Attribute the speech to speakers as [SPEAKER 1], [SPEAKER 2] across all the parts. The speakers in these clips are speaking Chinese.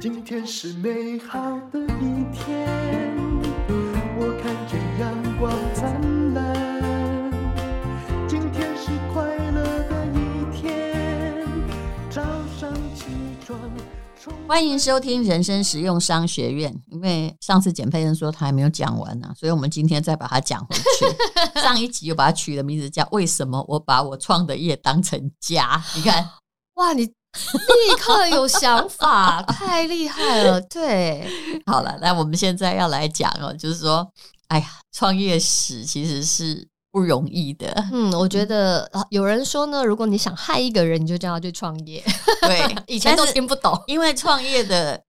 [SPEAKER 1] 今天是美好的一天，我看见阳光灿烂。今天是快乐的一天，早上起床充满
[SPEAKER 2] 欢迎收听人生实用商学院。因为上次简佩恩说他还没有讲完呢、所以我们今天再把它讲回 去。上一集又把它取的名字叫“为什么我把我创的业当成家”。你看，
[SPEAKER 3] 哇，你立刻有想 法，太厉害了！对，
[SPEAKER 2] 好了，那我们现在要来讲哦，就是说，哎呀，创业史其实是不容易 的。
[SPEAKER 3] 嗯，我觉得呃有人说呢，如果你想害一个人，你就叫他去创业，
[SPEAKER 2] 对，
[SPEAKER 3] 以前都
[SPEAKER 2] 但是
[SPEAKER 3] 听不懂。
[SPEAKER 2] 因为创业的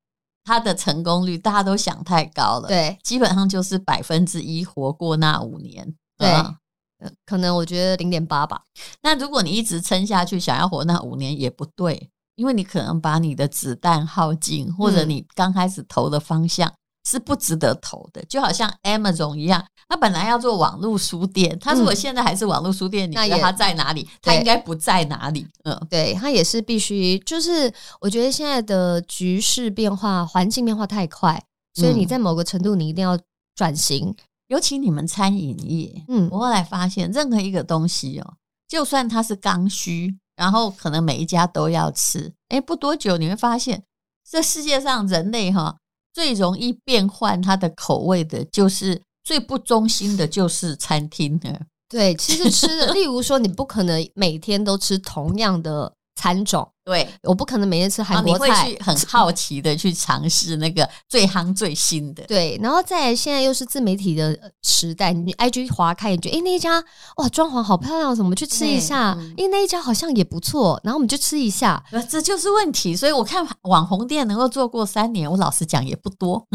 [SPEAKER 2] 它的成功率，大家都想太高了，，
[SPEAKER 3] 对，
[SPEAKER 2] 基本上就是百分之一活过那五年。
[SPEAKER 3] 对
[SPEAKER 2] 嗯
[SPEAKER 3] 呃可能我觉得零点八吧。
[SPEAKER 2] 那如果你一直撑下去，想要活那五年也不对，因为你可能把你的子弹耗尽，或者你刚开始投的方向是不值得投的。就好像 Amazon 一样，他本来要做网络书店，他如果
[SPEAKER 3] 嗯
[SPEAKER 2] 现在还是网络书店，你
[SPEAKER 3] 那
[SPEAKER 2] 觉得
[SPEAKER 3] 也
[SPEAKER 2] 他在哪里？他
[SPEAKER 3] 对
[SPEAKER 2] 应该不在哪里。嗯，
[SPEAKER 3] 对他也是必须，就是我觉得现在的局势变化、环境变化太快，所以
[SPEAKER 2] 嗯
[SPEAKER 3] 你在某个程度你一定要转型。
[SPEAKER 2] 尤其你们餐饮业，
[SPEAKER 3] 嗯
[SPEAKER 2] 我后来发现，任何一个东西哦，就算它是刚需，然后可能每一家都要吃，哎，不多久你会发现，这世界上人类哈、最容易变换它的口味的，就是最不忠心的，就是餐厅了。
[SPEAKER 3] 对，其实吃 的，例如说，你不可能每天都吃同样的餐种，
[SPEAKER 2] 对，
[SPEAKER 3] 我不可能每天吃
[SPEAKER 2] 然
[SPEAKER 3] 韩
[SPEAKER 2] 后你
[SPEAKER 3] 国
[SPEAKER 2] 会
[SPEAKER 3] 菜，
[SPEAKER 2] 去很好奇的去尝试那个最夯最新的。
[SPEAKER 3] 对，然后再来，现在又是自媒体的呃时代，你 IG 划开，你觉得诶那一家哇装潢好漂亮，我们去吃一下
[SPEAKER 2] 对嗯；
[SPEAKER 3] 诶那一家好像也不错，然后我们就吃一下。
[SPEAKER 2] 呃这就是问题，所以我看网红店能够做过三年，我老实讲也不多，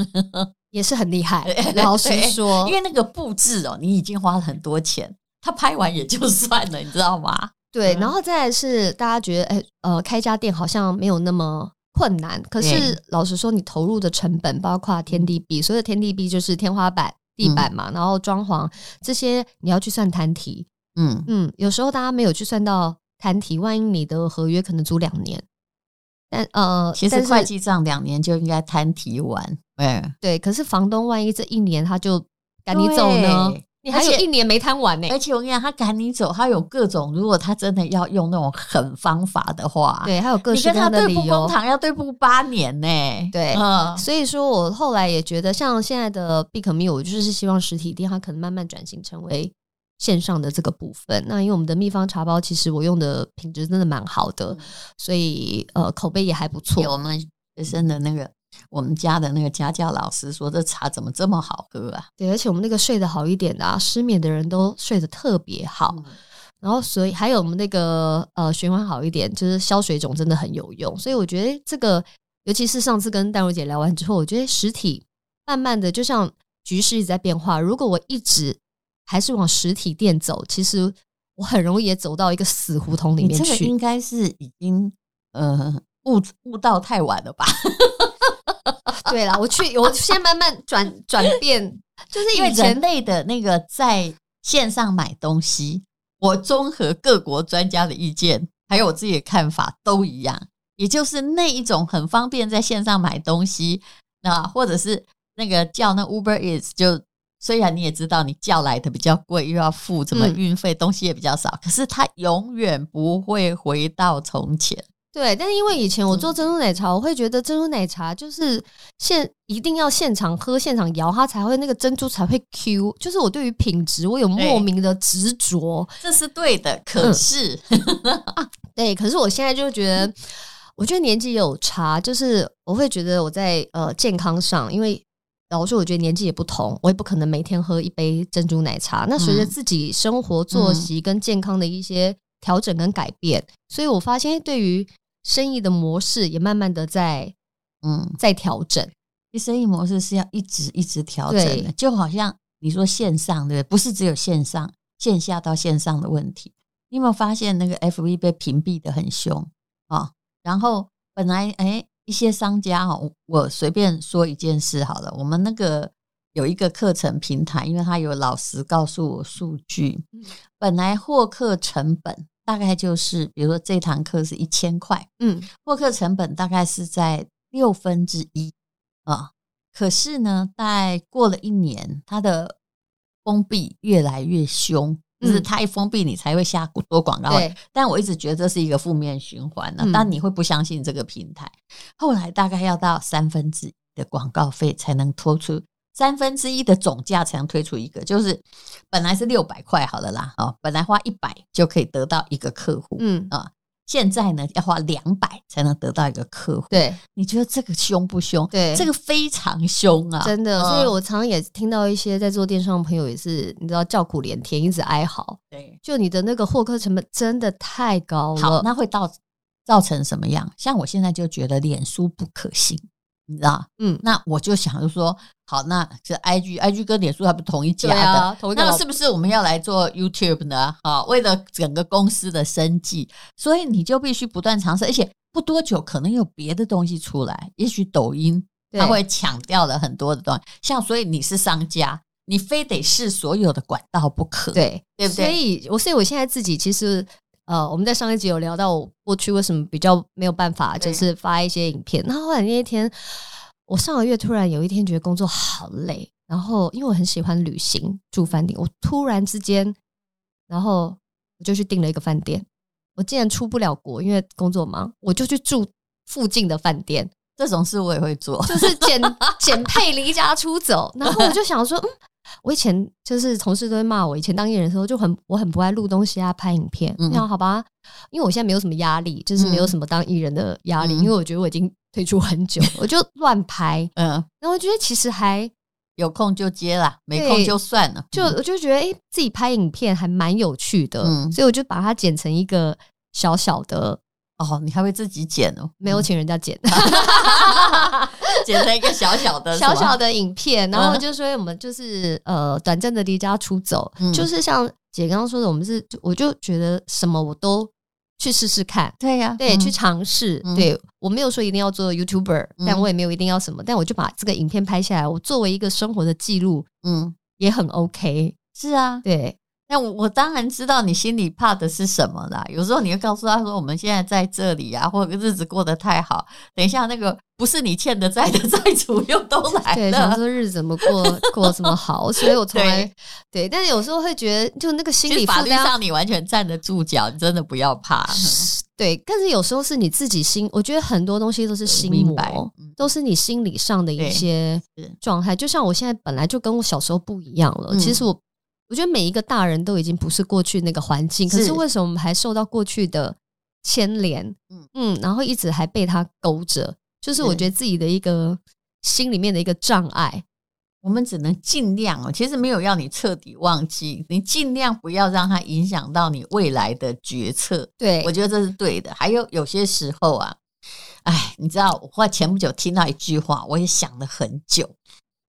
[SPEAKER 3] 也是很厉害
[SPEAKER 2] 对，
[SPEAKER 3] 老实
[SPEAKER 2] 对
[SPEAKER 3] 说
[SPEAKER 2] 因，为那个布置哦，你已经花了很多钱，他拍完也就算了，你知道吗？
[SPEAKER 3] 对。
[SPEAKER 2] 嗯
[SPEAKER 3] 然后再来是大家觉得，哎，呃，开一家店好像没有那么困难，可是老实说，你投入的成本包括天地
[SPEAKER 2] 嗯
[SPEAKER 3] 币，所有天地币就是天花板、地板嘛，然后装潢这些你要去算摊提。
[SPEAKER 2] 嗯，
[SPEAKER 3] 嗯，有时候大家没有去算到摊提，万一你的合约可能租两年，但呃，
[SPEAKER 2] 其实
[SPEAKER 3] 但是
[SPEAKER 2] 会计账两年就应该摊提完，哎，
[SPEAKER 3] 对，可是房东万一这一年他就赶你走呢
[SPEAKER 2] 对，
[SPEAKER 3] 你还有
[SPEAKER 2] 而且
[SPEAKER 3] 一年没摊完呢、
[SPEAKER 2] 而且我跟你讲，他赶你走，他有各种，如果他真的要用那种狠方法的话，，
[SPEAKER 3] 对，还有各
[SPEAKER 2] 你
[SPEAKER 3] 式
[SPEAKER 2] 跟
[SPEAKER 3] 各
[SPEAKER 2] 他
[SPEAKER 3] 样的
[SPEAKER 2] 对
[SPEAKER 3] 理
[SPEAKER 2] 簿公
[SPEAKER 3] 由。
[SPEAKER 2] 堂要对簿八年呢、
[SPEAKER 3] 对
[SPEAKER 2] 嗯，
[SPEAKER 3] 所以说我后来也觉得，像现在的 Big Me，我就是希望实体店它可能慢慢转型成为线上的这个部分。那因为我们的秘方茶包，其实我用的品质真的蛮好的，所以呃口碑也还不错
[SPEAKER 2] 嗯有。我们学生的那个。我们家的那个家教老师说：“这茶怎么这么好喝啊
[SPEAKER 3] 对，而且我们那个睡得好一点的啊，失眠的人都睡得特别好。
[SPEAKER 2] 嗯
[SPEAKER 3] 然后，所以还有我们那个呃循环好一点，就是消水肿真的很有用。所以我觉得这个，尤其是上次跟淡如姐聊完之后，我觉得实体慢慢的就像局势一直在变化，如果我一直还是往实体店走，其实我很容易也走到一个死胡同！”里
[SPEAKER 2] 你
[SPEAKER 3] 面
[SPEAKER 2] 这个
[SPEAKER 3] 去
[SPEAKER 2] 应。该是已经呃悟悟到太晚了吧？
[SPEAKER 3] 对啦，我去，我现在慢慢转转变， 就是
[SPEAKER 2] 因为
[SPEAKER 3] 以
[SPEAKER 2] 人
[SPEAKER 3] 前
[SPEAKER 2] 类的那个在线上买东西，我综合各国专家的意见，还有我自己的看法都一样，也就是那一种很方便在线上买东西，那或者是那个叫那 Uber Eats 就。虽然你也知道你叫来的比较贵，又要付什么
[SPEAKER 3] 嗯
[SPEAKER 2] 运费，东西也比较少，可是它永远不会回到从前。
[SPEAKER 3] 对，但是因为以前我做珍珠奶茶，我会觉得珍珠奶茶就是现一定要现场喝、现场摇，它才会那个珍珠才会 Q。就是我对于品质，我有莫名的执着。
[SPEAKER 2] 这是对的，
[SPEAKER 3] 嗯
[SPEAKER 2] 可 是、
[SPEAKER 3] 对，可是我现在就觉得，我觉得年纪有差，就是我会觉得我在呃健康上，因为老实说，我觉得年纪也不同，我也不可能每天喝一杯珍珠奶茶。那随着
[SPEAKER 2] 嗯
[SPEAKER 3] 自己生活作息跟健康的一些调整跟改变，所以我发现哎对于生意的模式也慢慢的在
[SPEAKER 2] 嗯，
[SPEAKER 3] 在调整。
[SPEAKER 2] 其实生意模式是要一直一直调整的，
[SPEAKER 3] 对
[SPEAKER 2] 就好像你说线上对不对？不是只有线上，线下到线上的问题。你有没有发现那个 FB 被屏蔽的很凶啊、然后本来哎，一些商家哈、哦，我我随便说一件事好了，我们那个有一个课程平台，因为它有老师告诉我数据，本来获客成本大概就是，比如说这堂课是一千块，
[SPEAKER 3] 嗯，
[SPEAKER 2] 获客成本大概是在六分之一啊。可是呢，在过了一年，它的封闭越来越凶，就是
[SPEAKER 3] 嗯
[SPEAKER 2] 它一封闭，你才会下多广告。
[SPEAKER 3] 对，
[SPEAKER 2] 但我一直觉得这是一个负面循环呢、
[SPEAKER 3] 嗯
[SPEAKER 2] 但你会不相信这个平台。后来大概要到三分之一的广告费才能推出三分之一的总价才能推出一个，就是本来是六百块好了啦，哦，本来花一百就可以得到一个客户，
[SPEAKER 3] 嗯，
[SPEAKER 2] 现在呢要花两百才能得到一个客户。
[SPEAKER 3] 对
[SPEAKER 2] 你觉得这个凶不凶？
[SPEAKER 3] 对，
[SPEAKER 2] 这个非常凶啊！
[SPEAKER 3] 真的，
[SPEAKER 2] 嗯
[SPEAKER 3] 所以我常常也听到一些在做电商的朋友也是，你知道叫苦连天，一直哀嚎，
[SPEAKER 2] 对，
[SPEAKER 3] 就你的那个获客成本真的太高
[SPEAKER 2] 好，
[SPEAKER 3] 了。
[SPEAKER 2] 那会到造成什么样？像我现在就觉得脸书不可信，你知道？
[SPEAKER 3] 嗯，
[SPEAKER 2] 那我就想就说，好，那这 I G I G 跟脸书它不是同一家
[SPEAKER 3] 对
[SPEAKER 2] 的，
[SPEAKER 3] 啊，同一个
[SPEAKER 2] 那
[SPEAKER 3] 老
[SPEAKER 2] 是不是我们要来做 YouTube 呢？啊，为了整个公司的生计，所以你就必须不断尝试，而且不多久可能有别的东西出来，也许抖音它
[SPEAKER 3] 对
[SPEAKER 2] 会抢掉了很多的东西，像所以你是商家，你非得试所有的管道不可，
[SPEAKER 3] 对
[SPEAKER 2] 对不对
[SPEAKER 3] 所以我所以我现在自己其实呃，我们在上一集有聊到我过去为什么比较没有办法，
[SPEAKER 2] 对
[SPEAKER 3] 就是发一些影片。那后来那一天，我上个月突然有一天觉得工作好累，然后因为我很喜欢旅行住饭店，我突然之间，然后我就去订了一个饭店。我竟然出不了国，因为工作忙，我就去住附近的饭店。
[SPEAKER 2] 这种事我也会做，
[SPEAKER 3] 就是简简配离家出走。然后我就想说，嗯，我以前就是同事都会骂我，以前当艺人的时候就很我很不爱录东西啊，拍影片。
[SPEAKER 2] 嗯
[SPEAKER 3] 那、好吧，因为我现在没有什么压力，就是没有什么当艺人的压力，
[SPEAKER 2] 嗯
[SPEAKER 3] 因为我觉得我已经退出很久，我就乱拍。
[SPEAKER 2] 嗯，
[SPEAKER 3] 然后我觉得其实还
[SPEAKER 2] 有空就接啦，没空
[SPEAKER 3] 对
[SPEAKER 2] 就算了，
[SPEAKER 3] 就我就觉得，哎、自己拍影片还蛮有趣的，
[SPEAKER 2] 嗯
[SPEAKER 3] 所以我就把它剪成一个小小的，
[SPEAKER 2] 哦，你还会自己剪哦，
[SPEAKER 3] 没有请人家剪。
[SPEAKER 2] 剪成一个小小的
[SPEAKER 3] 小小
[SPEAKER 2] 的，
[SPEAKER 3] 的影片，然后就说我们就是呃短暂的离家出走，
[SPEAKER 2] 嗯
[SPEAKER 3] 就是像姐刚刚说的，我们是我就觉得什么我都去试试看，
[SPEAKER 2] 对呀、
[SPEAKER 3] 对，
[SPEAKER 2] 嗯
[SPEAKER 3] 去尝试，
[SPEAKER 2] 嗯
[SPEAKER 3] 对我没有说一定要做 YouTuber，、
[SPEAKER 2] 嗯
[SPEAKER 3] 但我也没有一定要什么，但我就把这个影片拍下来，我作为一个生活的记录
[SPEAKER 2] 嗯，
[SPEAKER 3] 也很 OK，
[SPEAKER 2] 是啊，
[SPEAKER 3] 对，
[SPEAKER 2] 那我我当然知道你心里怕的是什么啦。有时候你会告诉他说：“我们现在在这里啊，或者日子过得太好，等一下那个不是你欠的债的债主又 都来
[SPEAKER 3] 对，想
[SPEAKER 2] 了。
[SPEAKER 3] 说日子怎么过过得这 么好，所以我从来对，但是有时候会觉得就那个”心
[SPEAKER 2] 其
[SPEAKER 3] 理
[SPEAKER 2] 实
[SPEAKER 3] 负
[SPEAKER 2] 法律
[SPEAKER 3] 担
[SPEAKER 2] 上你 完全站得住脚，你真的不要怕。
[SPEAKER 3] 对，但是有时候是你自己心，我觉得很多东西都是心
[SPEAKER 2] 明白
[SPEAKER 3] 魔
[SPEAKER 2] 嗯，
[SPEAKER 3] 都是你心理上的一
[SPEAKER 2] 对
[SPEAKER 3] 些
[SPEAKER 2] 是
[SPEAKER 3] 状态。就像我现在本来就跟我小时候不一样了，
[SPEAKER 2] 嗯
[SPEAKER 3] 其实我我觉得每一个大人都已经不是过去那个环境，可
[SPEAKER 2] 是
[SPEAKER 3] 是为什么我们还受到过去的牵连？
[SPEAKER 2] 嗯
[SPEAKER 3] 嗯然后一直还被他勾着，就是我
[SPEAKER 2] 是
[SPEAKER 3] 觉得自己的一个心里面的一个障碍。
[SPEAKER 2] 我们只能尽量哦，其实没有要你彻底忘记，你尽量不要让它影响到你未来的决策。
[SPEAKER 3] 对
[SPEAKER 2] 我，觉得这是对的。还有有些时候啊，哎，你知道，我后来前不久听到一句话，我也想了很久，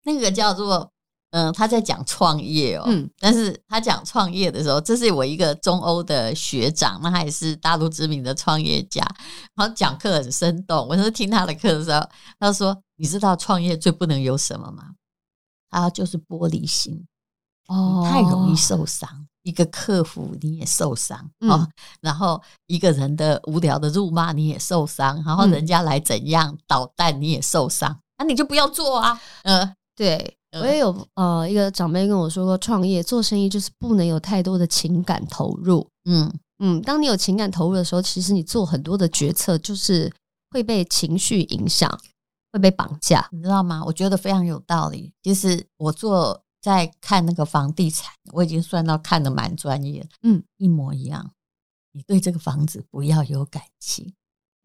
[SPEAKER 2] 那个叫做。嗯，他在讲创业哦，
[SPEAKER 3] 嗯
[SPEAKER 2] 但是他讲创业的时候，这是我一个中欧的学长，那他也是大陆知名的创业家，然后讲课很生动。我那时候听他的课的时候，他说：“你知道创业最不能有什么吗？”啊，就是玻璃心。
[SPEAKER 3] 哦
[SPEAKER 2] 太容易受伤，一个客服你也受伤、
[SPEAKER 3] 嗯
[SPEAKER 2] 哦，然后一个人的无聊的辱骂你也受伤，然后
[SPEAKER 3] 嗯
[SPEAKER 2] 人家来怎样捣蛋你也受伤，那、你就不要做啊，呃，
[SPEAKER 3] 对，
[SPEAKER 2] 嗯
[SPEAKER 3] 我也有呃，一个长辈跟我说过，创业做生意就是不能有太多的情感投入。
[SPEAKER 2] 嗯，
[SPEAKER 3] 嗯，当你有情感投入的时候，其实你做很多的决策就是会被情绪影响，会被绑架。
[SPEAKER 2] 你知道吗？我觉得非常有道理。其实我做在看那个房地产，我已经算到看的蛮专业了，
[SPEAKER 3] 嗯，
[SPEAKER 2] 一模一样。你对这个房子不要有感情，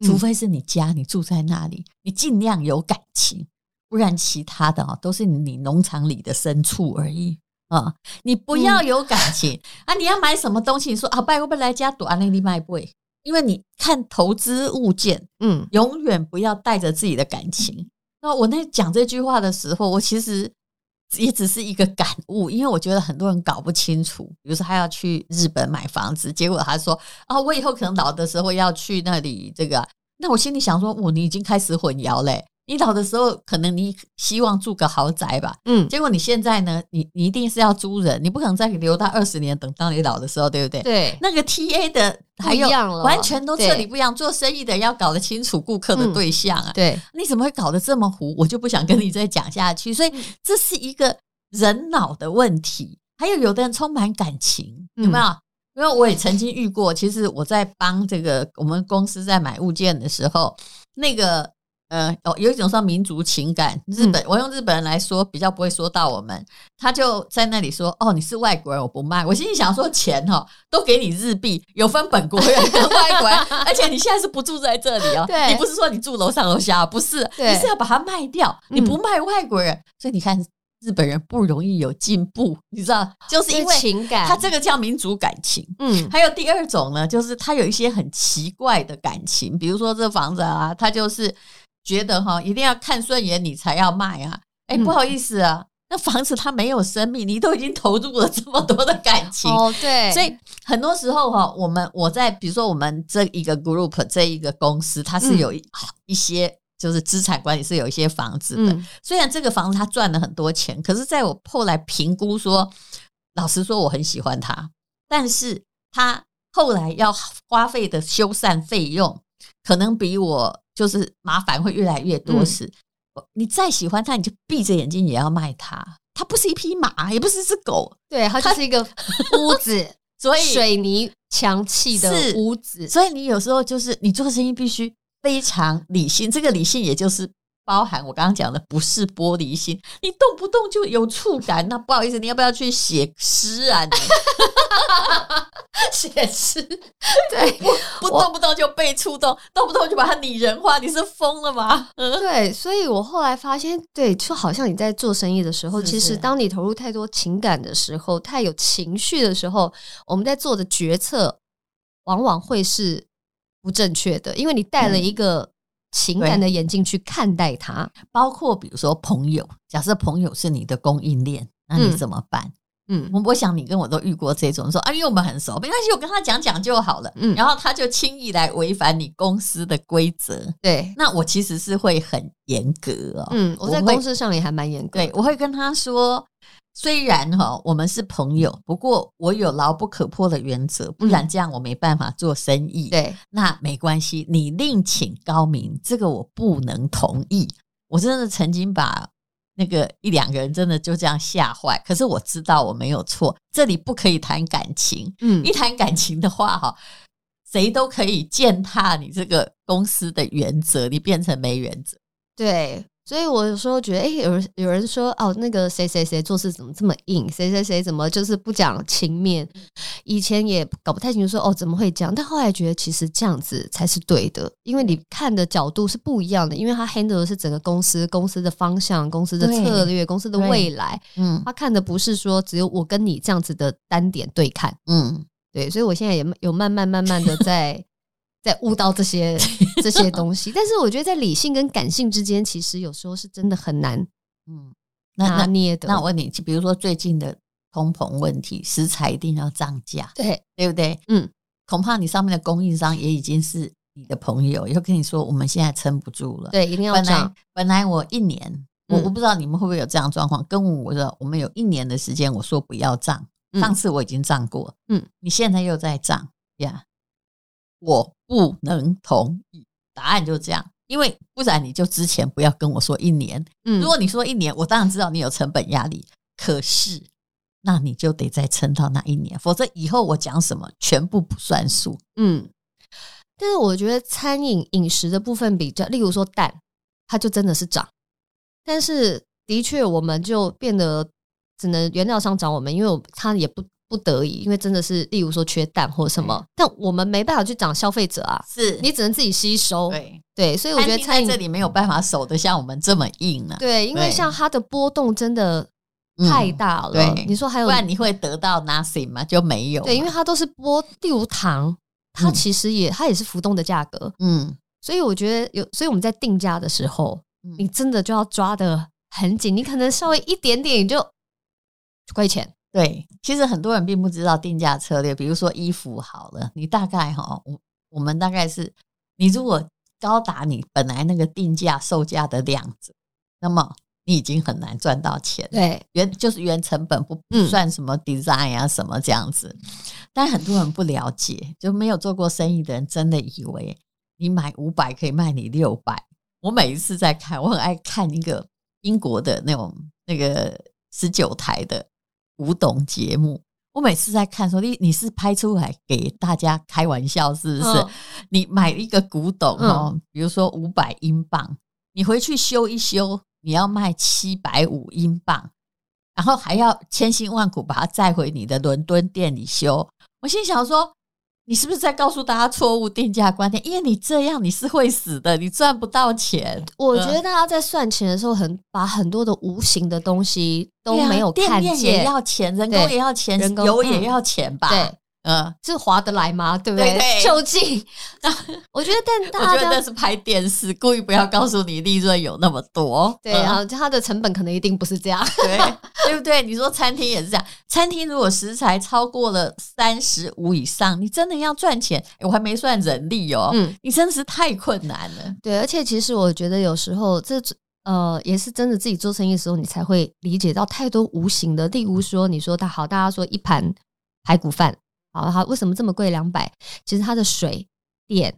[SPEAKER 3] 嗯
[SPEAKER 2] 除非是你家，你住在那里，你尽量有感情，不然其他的哦都是你农场里的牲畜而已。啊、你不
[SPEAKER 3] 嗯
[SPEAKER 2] 要有感情、啊！你要买什么东西？你说啊，拜不来家躲安利利卖不？因为你看投资物件，
[SPEAKER 3] 嗯，
[SPEAKER 2] 永远不要带着自己的感情。那我那讲这句话的时候，我其实也只是一个感悟，因为我觉得很多人搞不清楚，比如说他要去日本买房子，结果他说啊，哦我以后可能老的时候要去那里这个啊，那我心里想说，我你已经开始混淆嘞、你老的时候，可能你希望住个豪宅吧，
[SPEAKER 3] 嗯，
[SPEAKER 2] 结果你现在呢，你你一定是要租人，你不可能再留到二十年，等到你老的时候，对不对？
[SPEAKER 3] 对，
[SPEAKER 2] 那个 TA 的还
[SPEAKER 3] 不
[SPEAKER 2] 有
[SPEAKER 3] 一样了
[SPEAKER 2] 完全都彻底
[SPEAKER 3] 对
[SPEAKER 2] 不一样，做生意的要搞得清楚顾客的
[SPEAKER 3] 嗯
[SPEAKER 2] 对象啊，
[SPEAKER 3] 对，
[SPEAKER 2] 你怎么会搞得这么糊？我就不想跟你再讲下去。所以这是一个人脑的问题。还有有的人充满感情，有没有？因为我也曾经遇过，其实我在帮这个我们公司在买物件的时候，那个呃，哦，有一种叫民族情感，日本，我用日本人来说比较不会说到我们，他就在那里说：“哦，你是外国人，我不卖。”我心里想说，钱哦，都给你日币，有分本国人跟 外国人， 而且你现在是不住在这里哦，
[SPEAKER 3] 对
[SPEAKER 2] 你不是说你住楼上楼下，不是，
[SPEAKER 3] 对
[SPEAKER 2] 你是要把它卖掉，你不卖外国人，所以你看日本人不容易有进步，你知道，就是因为
[SPEAKER 3] 情感，
[SPEAKER 2] 他这个叫民族感情。
[SPEAKER 3] 嗯
[SPEAKER 2] 还有第二种呢，就是他有一些很奇怪的感情，比如说这房子啊，他就是觉得哈，一定要看顺眼你才要卖啊。哎、
[SPEAKER 3] 嗯
[SPEAKER 2] 不好意思啊，那房子它没有生命，你都已经投入了这么多的感情，
[SPEAKER 3] 哦对，
[SPEAKER 2] 所以很多时候哈，我们我在比如说我们这一个 group 这一个公司，它
[SPEAKER 3] 嗯
[SPEAKER 2] 是有一一些就是资产管理是有一些房子的，
[SPEAKER 3] 嗯
[SPEAKER 2] 虽然这个房子它赚了很多钱，可是在我后来评估说，老实说我很喜欢它，但是它后来要花费的修缮费用，可能比我就是麻烦会越来越多
[SPEAKER 3] 嗯
[SPEAKER 2] 时。我你再喜欢它，你就闭着眼睛也要卖它。它不是一匹马，也不是一只狗，
[SPEAKER 3] 对，它就是一个屋子，
[SPEAKER 2] 所以
[SPEAKER 3] 水泥墙砌的
[SPEAKER 2] 是
[SPEAKER 3] 屋子，
[SPEAKER 2] 所以你有时候就是你做生意必须非常理性，这个理性也就是包含我刚刚讲的不是玻璃心，你动不动就有触感，那不好意思，你要不要去写诗 啊？你写诗，
[SPEAKER 3] 对
[SPEAKER 2] 不动不动就被触动，动不动就把它拟人化，你是疯了吗？
[SPEAKER 3] 对，所以我后来发现，对，就好像你在做生意的时候，
[SPEAKER 2] 是
[SPEAKER 3] 其
[SPEAKER 2] 是
[SPEAKER 3] 实当你投入太多情感的时候，太有情绪的时候，我们在做的决策往往会是不正确的，因为你带了一个情感的眼镜去看待它。
[SPEAKER 2] 包括比如说朋友，假设朋友是你的供应链，那你
[SPEAKER 3] 嗯
[SPEAKER 2] 怎么办？
[SPEAKER 3] 嗯
[SPEAKER 2] 我我想你跟我都遇过这种，说啊，因为我们很熟，没关系，我跟他讲讲就好了。
[SPEAKER 3] 嗯
[SPEAKER 2] 然后他就轻易来违反你公司的规则，
[SPEAKER 3] 对，
[SPEAKER 2] 那我其实是会很严格哦。
[SPEAKER 3] 嗯，我在
[SPEAKER 2] 我会
[SPEAKER 3] 公司上也还蛮严格
[SPEAKER 2] 对，我会跟他说，虽然哈、我们是朋友，不过我有牢不可破的原则，不然这样我没办法做生意。，
[SPEAKER 3] 嗯对，
[SPEAKER 2] 那没关系，你另请高明，这个我不能同意。我真的曾经把那个一两个人真的就这样吓坏，可是我知道我没有错，这里不可以谈感情，
[SPEAKER 3] 嗯
[SPEAKER 2] 一谈感情的话，哈，谁都可以践踏你这个公司的原则，你变成没原则。
[SPEAKER 3] 对，所以我有时候觉得，哎、有人有人说，哦，那个谁谁谁做事怎么这么硬，谁谁谁怎么就是不讲情面，
[SPEAKER 2] 嗯
[SPEAKER 3] 以前也搞不太清楚说，哦，怎么会这样？但后来觉得其实这样子才是对的，因为你看的角度是不一样的，因为他 handle 的是整个公司、公司的方向、公司的
[SPEAKER 2] 对
[SPEAKER 3] 策略、公司的
[SPEAKER 2] 对
[SPEAKER 3] 未来，
[SPEAKER 2] 嗯
[SPEAKER 3] 他看的不是说只有我跟你这样子的单点对看，
[SPEAKER 2] 嗯，
[SPEAKER 3] 对，所以我现在也慢有慢慢慢慢的 在在悟到这些这些东西，但是我觉得在理性跟感性之间，其实有时候是真的很难
[SPEAKER 2] 嗯，那
[SPEAKER 3] 拿
[SPEAKER 2] 那
[SPEAKER 3] 捏的。
[SPEAKER 2] 那我问你，就比如说最近的通膨问题，食材一定要涨价，
[SPEAKER 3] 对
[SPEAKER 2] 对不对？
[SPEAKER 3] 嗯，
[SPEAKER 2] 恐怕你上面的供应商也已经是你的朋友，又跟你说我们现在撑不住了。
[SPEAKER 3] 对一定要
[SPEAKER 2] 本来
[SPEAKER 3] 涨，
[SPEAKER 2] 本来我一年，我
[SPEAKER 3] 嗯
[SPEAKER 2] 我不知道你们会不会有这样的状况。跟我说，我们有一年的时间，我说不要涨，
[SPEAKER 3] 嗯
[SPEAKER 2] 上次我已经涨过，
[SPEAKER 3] 嗯，
[SPEAKER 2] 你现在又在涨呀我不能同意。答案就这样，因为不然你就之前不要跟我说一年。
[SPEAKER 3] 嗯
[SPEAKER 2] 如果你说一年，我当然知道你有成本压力，可是那你就得再撑到那一年，否则以后我讲什么全部不算数。
[SPEAKER 3] 嗯。但是我觉得餐饮饮食的部分比较，例如说蛋，它就真的是涨，但是的确我们就变得只能原料商找我们，因为我他也不不得已，因为真的是例如说缺蛋或什
[SPEAKER 2] 嗯
[SPEAKER 3] 么，但我们没办法去涨消费者啊，
[SPEAKER 2] 是
[SPEAKER 3] 你只能自己吸收。
[SPEAKER 2] 对，
[SPEAKER 3] 对，所以我
[SPEAKER 2] 我
[SPEAKER 3] 觉
[SPEAKER 2] 哎觉
[SPEAKER 3] 得
[SPEAKER 2] 得在
[SPEAKER 3] 餐饮
[SPEAKER 2] 这里没有办法守得像我们这么硬呢、
[SPEAKER 3] 对，因为
[SPEAKER 2] 对
[SPEAKER 3] 像它的波动真的
[SPEAKER 2] 嗯
[SPEAKER 3] 太大了。
[SPEAKER 2] 对
[SPEAKER 3] 你说还有
[SPEAKER 2] 不然你会得到 nothing 吗？就没有嘛。
[SPEAKER 3] 对，因为它都是波，例如糖，它
[SPEAKER 2] 嗯
[SPEAKER 3] 其实也、它也是浮动的价格，
[SPEAKER 2] 嗯，
[SPEAKER 3] 所以我觉得有，所以我们在定价的时候，
[SPEAKER 2] 嗯
[SPEAKER 3] 你真的就要抓的很紧，你可能稍微一点点你就亏钱。
[SPEAKER 2] 对，其实很多人并不知道定价策略，比如说衣服好了，你大概哈，我我们大概是，你如果高达你本来那个定价售价的量子，那么你已经很难赚到钱。
[SPEAKER 3] 对，
[SPEAKER 2] 原就是原成本不不
[SPEAKER 3] 嗯
[SPEAKER 2] 算什么 design 啊什么这样子，但很多人不了解，就没有做过生意的人真的以为你买五百可以卖你六百。我每一次在看，我很爱看一个英国的那种那个十九台的古董节目。我每次在看说你你是拍出来给大家开玩笑是不是？
[SPEAKER 3] 嗯
[SPEAKER 2] 你买一个古董
[SPEAKER 3] 嗯
[SPEAKER 2] 哦，比如说五百英镑，你回去修一修，你要卖七百五英镑，然后还要千辛万苦把它载回你的伦敦店里修。我心想说，你是不是在告诉大家错误定价观念？因为你这样你是会死的，你赚不到钱。
[SPEAKER 3] 我觉得大家在算钱的时候很，把很多的无形的东西都
[SPEAKER 2] 对啊
[SPEAKER 3] 没有
[SPEAKER 2] 店
[SPEAKER 3] 看
[SPEAKER 2] 面也
[SPEAKER 3] 见，
[SPEAKER 2] 要钱，人工
[SPEAKER 3] 对
[SPEAKER 2] 也要钱，
[SPEAKER 3] 人工
[SPEAKER 2] 油也
[SPEAKER 3] 嗯
[SPEAKER 2] 要钱吧？
[SPEAKER 3] 对，
[SPEAKER 2] 嗯，
[SPEAKER 3] 是划得来吗？对不对？
[SPEAKER 2] 对对
[SPEAKER 3] 究竟， 我觉得，但
[SPEAKER 2] 我
[SPEAKER 3] 大
[SPEAKER 2] 觉得
[SPEAKER 3] 家
[SPEAKER 2] 那
[SPEAKER 3] 都
[SPEAKER 2] 是拍电视，故意不要告诉你利润有那么多。
[SPEAKER 3] 对
[SPEAKER 2] 嗯
[SPEAKER 3] 啊，它的成本可能一定不是这样。
[SPEAKER 2] 对对不对？你说餐厅也是这样，餐厅如果食材超过了三十五以上，你真的要赚钱，诶我还没算人力哦，
[SPEAKER 3] 嗯，
[SPEAKER 2] 你真的是太困难 了。
[SPEAKER 3] 对，而且其实我觉得有时候这呃也是真的自己做生意的时候，你才会理解到太多无形的。例如说，你说大好，大家说一盘排骨饭，好，它为什么这么贵？两百，其实它的水电，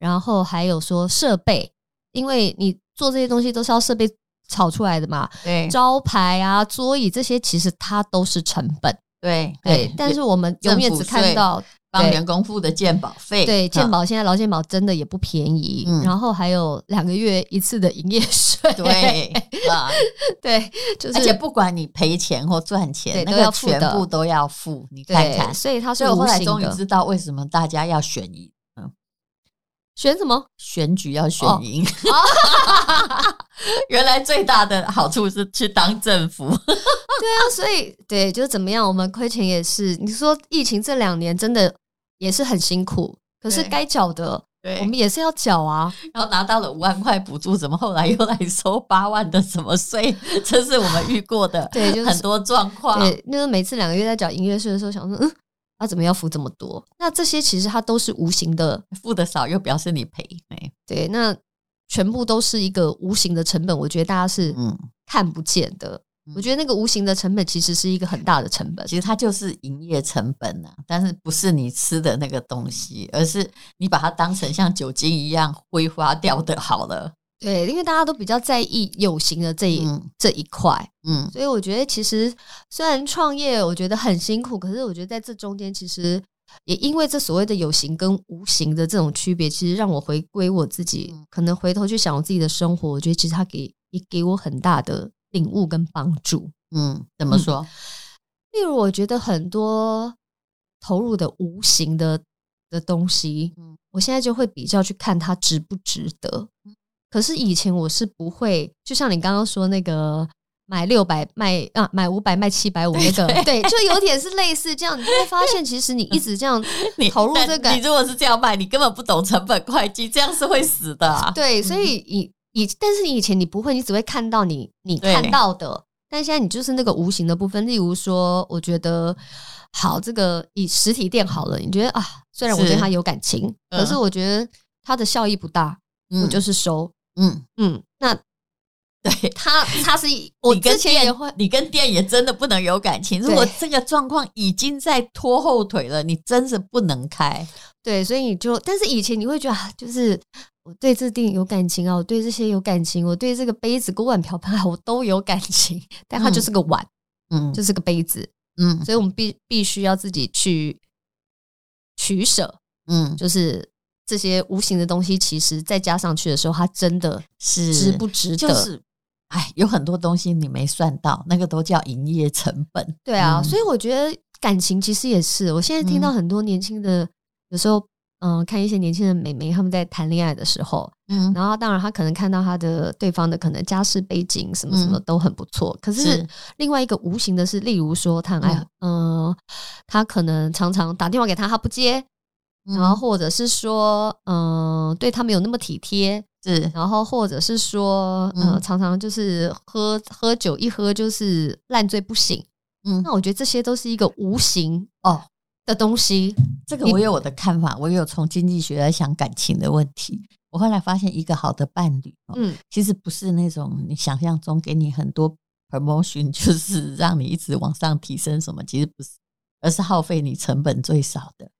[SPEAKER 3] 然后还有说设备，因为你做这些东西都是要设备炒出来的嘛，
[SPEAKER 2] 对
[SPEAKER 3] 招牌啊、桌椅这些，其实它都是成本。
[SPEAKER 2] 对
[SPEAKER 3] 对，但是我们永远只看到
[SPEAKER 2] 帮
[SPEAKER 3] 对
[SPEAKER 2] 员工付的健保费，
[SPEAKER 3] 对，健
[SPEAKER 2] 啊
[SPEAKER 3] 保现在劳健保真的也不便宜，
[SPEAKER 2] 嗯
[SPEAKER 3] 然后还有两个月一次的营业税，
[SPEAKER 2] 对啊，
[SPEAKER 3] 对， 就是
[SPEAKER 2] 而且不管你赔钱或赚钱，
[SPEAKER 3] 对
[SPEAKER 2] 那
[SPEAKER 3] 都
[SPEAKER 2] 个
[SPEAKER 3] 要付的
[SPEAKER 2] 全部都要付。你看
[SPEAKER 3] 对，
[SPEAKER 2] 看，
[SPEAKER 3] 所以它是
[SPEAKER 2] 所以我后
[SPEAKER 3] 无
[SPEAKER 2] 来
[SPEAKER 3] 形
[SPEAKER 2] 终于
[SPEAKER 3] 的。
[SPEAKER 2] 知道为什么大家要选赢，
[SPEAKER 3] 选什么？
[SPEAKER 2] 选举要选
[SPEAKER 3] 哦
[SPEAKER 2] 赢。 原来最大的好处是去当政府。
[SPEAKER 3] 对啊，所以对，就是怎么样，我们亏钱也是。你说疫情这两年真的也是很辛苦，可是
[SPEAKER 2] 对
[SPEAKER 3] 该缴的
[SPEAKER 2] 对
[SPEAKER 3] 我们也是要缴啊。
[SPEAKER 2] 然后拿到了五万块补助，怎么后来又来收八万的什么税？这是我们遇过的
[SPEAKER 3] 对就是
[SPEAKER 2] 很多啊状况。
[SPEAKER 3] 对，那个每次两个月在缴营业税的时候，想说，嗯，啊，怎么要付这么多？那这些其实它都是无形的
[SPEAKER 2] 付的少又表示你赔，哎
[SPEAKER 3] 对，那全部都是一个无形的成本，我觉得大家是
[SPEAKER 2] 嗯，
[SPEAKER 3] 看不见的。
[SPEAKER 2] 嗯
[SPEAKER 3] 我觉得那个无形的成本其实是一个很大的成本。
[SPEAKER 2] 其实它就是营业成本呐、但是不是你吃的那个东西，而是你把它当成像酒精一样挥发掉的，好了，
[SPEAKER 3] 对，因为大家都比较在意有形的这一、
[SPEAKER 2] 嗯
[SPEAKER 3] 这一块，
[SPEAKER 2] 嗯，
[SPEAKER 3] 所以我觉得其实虽然创业我觉得很辛苦，可是我觉得在这中间其实。也因为这所谓的有形跟无形的这种区别，其实让我回归我自己，可能回头去想我自己的生活，我觉得其实它给也给我很大的领悟跟帮助。
[SPEAKER 2] 嗯，怎么说？
[SPEAKER 3] 例如，我觉得很多投入的无形的的东西，
[SPEAKER 2] 嗯
[SPEAKER 3] 我现在就会比较去看它值不值得。可是以前我是不会，就像你刚刚说那个买六百卖啊，买五百卖七百五那个，对，就有点是类似这样。你就会发现，其实你一直这样
[SPEAKER 2] 你
[SPEAKER 3] 投入
[SPEAKER 2] 但
[SPEAKER 3] 这个
[SPEAKER 2] 你如果是这样卖，你根本不懂成本会计，这样是会死的、啊。
[SPEAKER 3] 对，所以以以，但是你以前你不会，你只会看到你你
[SPEAKER 2] 对
[SPEAKER 3] 看到的，但现在你就是那个无形的部分。例如说，我觉得好，这个以实体店好了，你觉得啊，虽然我
[SPEAKER 2] 是
[SPEAKER 3] 对它有感情，
[SPEAKER 2] 嗯
[SPEAKER 3] 可是我觉得它的效益不大，我
[SPEAKER 2] 嗯，
[SPEAKER 3] 就是收。
[SPEAKER 2] 嗯，
[SPEAKER 3] 嗯，那
[SPEAKER 2] 对。
[SPEAKER 3] 它它是我
[SPEAKER 2] 你跟
[SPEAKER 3] 之前也
[SPEAKER 2] 店
[SPEAKER 3] 会，
[SPEAKER 2] 你跟店也真的不能有感情。如果这个状况已经在拖后腿了，你真是不能开。
[SPEAKER 3] 对，所以你就，但是以前你会觉得，啊、就是我对这店有感情啊，我对这些有感情，我对这个杯子、锅碗瓢盆啊我都有感情，但它
[SPEAKER 2] 嗯
[SPEAKER 3] 就是个碗，
[SPEAKER 2] 嗯
[SPEAKER 3] 就是个杯子。
[SPEAKER 2] 嗯
[SPEAKER 3] 所以我们必必须要自己去取舍，
[SPEAKER 2] 嗯，
[SPEAKER 3] 就是这些无形的东西，其实再加上去的时候，它真的
[SPEAKER 2] 是
[SPEAKER 3] 值不值得？
[SPEAKER 2] 就是，哎，有很多东西你没算到，那个都叫营业成本。
[SPEAKER 3] 对啊，
[SPEAKER 2] 嗯
[SPEAKER 3] 所以我觉得感情其实也是，我现在听到很多年轻的，有时候嗯、呃看一些年轻的美眉他们在谈恋爱的时候，
[SPEAKER 2] 嗯，
[SPEAKER 3] 然后当然她可能看到她的对方的可能家世背景什么什么
[SPEAKER 2] 嗯
[SPEAKER 3] 都很不错，可是
[SPEAKER 2] 是
[SPEAKER 3] 另外一个无形的是，例如说她很爱，嗯、呃，她可能常常打电话给他，他不接，然后或者是说，嗯、对他没有那么体贴，
[SPEAKER 2] 是
[SPEAKER 3] 然后或者是说，呃，
[SPEAKER 2] 嗯
[SPEAKER 3] 常常就是喝喝酒一喝就是烂醉不醒。
[SPEAKER 2] 嗯
[SPEAKER 3] 那我觉得这些都是一个无形
[SPEAKER 2] 哦，
[SPEAKER 3] 的东西。
[SPEAKER 2] 这个我有我的看法，我有从经济学来想感情的问题。我后来发现，一个好的伴侣，哦，
[SPEAKER 3] 嗯，
[SPEAKER 2] 其实不是那种你想象中给你很多 promotion，就是 让你一直往上提升什么，其实不是，而是耗费你成本最少的，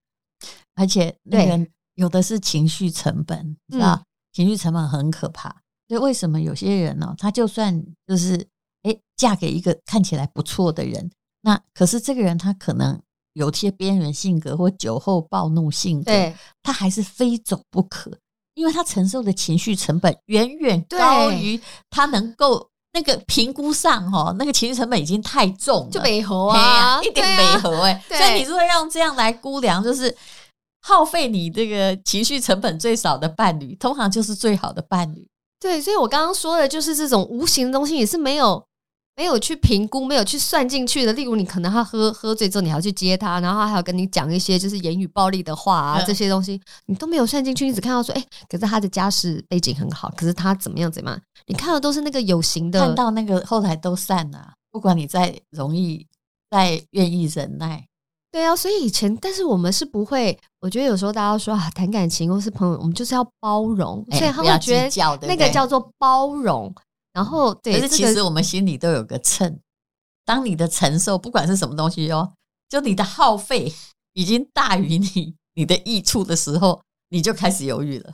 [SPEAKER 2] 而且那个有的是情绪成本，你知道、情绪成本很可怕。所以为什么有些人呢、他就算就是哎、诶嫁给一个看起来不错的人，那可是这个人他可能有些边缘性格或酒后暴怒性格，
[SPEAKER 3] 对，
[SPEAKER 2] 他还是非走不可，因为他承受的情绪成本远远高
[SPEAKER 3] 对
[SPEAKER 2] 于他能够那个评估上哦，那个情绪成本已经太重了，
[SPEAKER 3] 就北猴
[SPEAKER 2] 嘿呀
[SPEAKER 3] 啊，
[SPEAKER 2] 一点
[SPEAKER 3] 对
[SPEAKER 2] 没
[SPEAKER 3] 啊
[SPEAKER 2] 合哎、
[SPEAKER 3] 对
[SPEAKER 2] 所以你如果用这样来估量，就是耗费你这个情绪成本最少的伴侣，通常就是最好的伴侣。
[SPEAKER 3] 对，所以我刚刚说的就是这种无形的东西，也是没有没有去评估、没有去算进去的。例如，你可能他喝喝醉之后，你还要去接他，然后他还要跟你讲一些就是言语暴力的话啊，
[SPEAKER 2] 嗯
[SPEAKER 3] 这些东西你都没有算进去，你只看到说，哎、可是他的家世背景很好，可是他怎么样怎么样，你看到都是那个有形的，
[SPEAKER 2] 看到那个后来都散了、不管你再容易，再愿意忍耐，
[SPEAKER 3] 对啊，所以以前，但是我们是不会，我觉得有时候大家说啊，谈感情或是朋友，我们就是要包容，
[SPEAKER 2] 哎
[SPEAKER 3] 所以他
[SPEAKER 2] 不要
[SPEAKER 3] 会觉
[SPEAKER 2] 计较对
[SPEAKER 3] 得那
[SPEAKER 2] 不对
[SPEAKER 3] 个叫做包容。然后，对，
[SPEAKER 2] 可是
[SPEAKER 3] 这
[SPEAKER 2] 其
[SPEAKER 3] 个
[SPEAKER 2] 实我们心里都有个秤，当你的承受不管是什么东西哦，就你的耗费已经大于你你的益处的时候，你就开始犹豫了。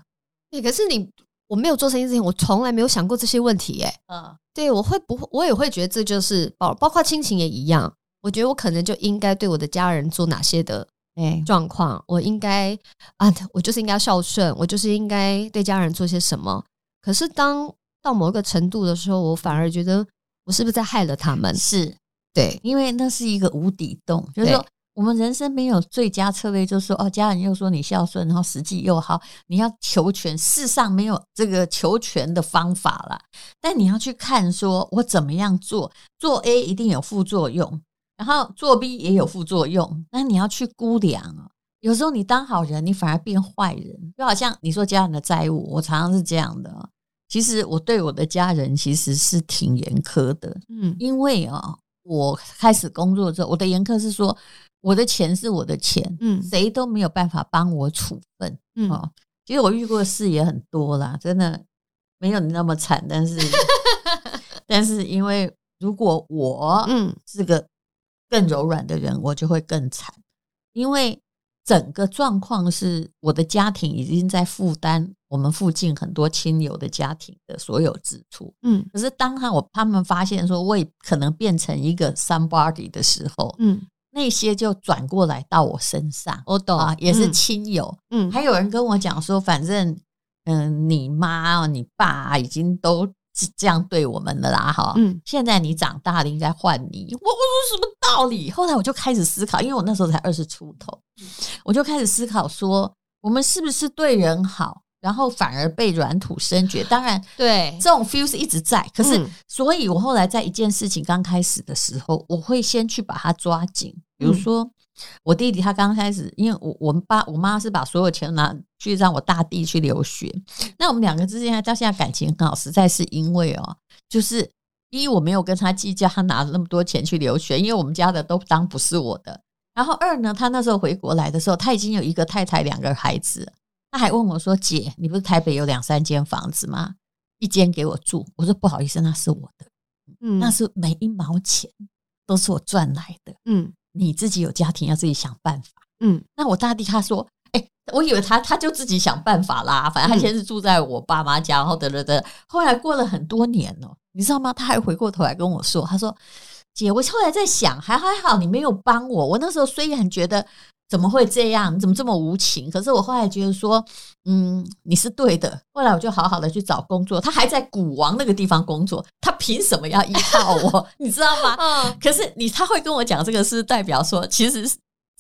[SPEAKER 3] 对，可是你我没有做生意之前，我从来没有想过这些问题、耶。
[SPEAKER 2] 嗯，
[SPEAKER 3] 对我会不会，我也会觉得这就是包，包括亲情也一样。我觉得我可能就应该对我的家人做哪些的
[SPEAKER 2] 哎，
[SPEAKER 3] 状况，我应该啊，我就是应该孝顺，我就是应该对家人做些什么。可是当到某一个程度的时候，我反而觉得我是不是在害了他们？
[SPEAKER 2] 是
[SPEAKER 3] 对，
[SPEAKER 2] 因为那是一个无底洞，就是
[SPEAKER 3] 对
[SPEAKER 2] 说我们人生没有最佳策略，就是说哦，家人又说你孝顺，然后实际又好，你要求全，世上没有这个求全的方法啦。但你要去看，说我怎么样做，做 A 一定有副作用，然后做 B 也有副作用，那你要去估量啊。有时候你当好人，你反而变坏人，就好像你说家人的债务，我常常是这样的啊。其实我对我的家人其实是挺严苛的，
[SPEAKER 3] 嗯，
[SPEAKER 2] 因为啊、我开始工作之后，我的严苛是说，我的钱是我的钱，
[SPEAKER 3] 嗯
[SPEAKER 2] 谁都没有办法帮我处分
[SPEAKER 3] 嗯，
[SPEAKER 2] 哦。其实我遇过的事也很多啦，真的没有你那么惨，但 是但是因为如果我
[SPEAKER 3] 嗯，
[SPEAKER 2] 是个更柔软的人，我就会更惨，因为整个状况是我的家庭已经在负担我们附近很多亲友的家庭的所有支出，
[SPEAKER 3] 嗯，
[SPEAKER 2] 可是当他我他们发现说我也可能变成一个 somebody 的时候，
[SPEAKER 3] 嗯，
[SPEAKER 2] 那些就转过来到我身上
[SPEAKER 3] 我懂
[SPEAKER 2] 啊，也是
[SPEAKER 3] 嗯
[SPEAKER 2] 亲友。
[SPEAKER 3] 嗯，
[SPEAKER 2] 还有人跟我讲说，反正嗯、你妈、你爸、已经都是这样对我们了啦，哈。
[SPEAKER 3] 嗯，
[SPEAKER 2] 现在你长大了，应该换你。我我说什么道理？后来我就开始思考，因为我那时候才二十出头，
[SPEAKER 3] 嗯
[SPEAKER 2] 我就开始思考说，我们是不是对人好，然后反而被软土深掘？当然，
[SPEAKER 3] 对，
[SPEAKER 2] 这种 feel 是一直在。可是
[SPEAKER 3] 嗯，
[SPEAKER 2] 所以我后来在一件事情刚开始的时候，我会先去把它抓紧。比
[SPEAKER 3] 嗯
[SPEAKER 2] 如说，我弟弟他刚开始，因为我我们爸我妈是把所有钱拿去让我大弟去留学，
[SPEAKER 3] 嗯
[SPEAKER 2] 那我们两个之间到现在感情很好，实在是因为哦，就是一我没有跟他计较，他拿了那么多钱去留学，因为我们家的都当不是我的。然后二呢，他那时候回国来的时候，他已经有一个太太，两个孩子了，他还问我说：“姐，你不是台北有两三间房子吗？一间给我住。”我说：“不好意思，那是我的，
[SPEAKER 3] 嗯，
[SPEAKER 2] 那是每一毛钱都是我赚来的。
[SPEAKER 3] 嗯
[SPEAKER 2] 你自己有家庭，要自己想办法。”
[SPEAKER 3] 嗯
[SPEAKER 2] 那我大弟他说：“哎、我以为他他就自己想办法啦，反正他先是住在我爸妈家，然后得得得。后来过了很多年哦、你知道吗？他还回过头来跟我说，他说：‘姐，我后来在想，还还好你没有帮我。我那时候虽然觉得怎么会这样，你怎么这么无情？可是我后来觉得说，嗯，你是对的。后来我就好好的去找工作，他还在古王那个地方工作，他凭什么要依靠我？ 你知道吗？
[SPEAKER 3] 嗯，
[SPEAKER 2] 可是你他会跟我讲这个，是代表说，其实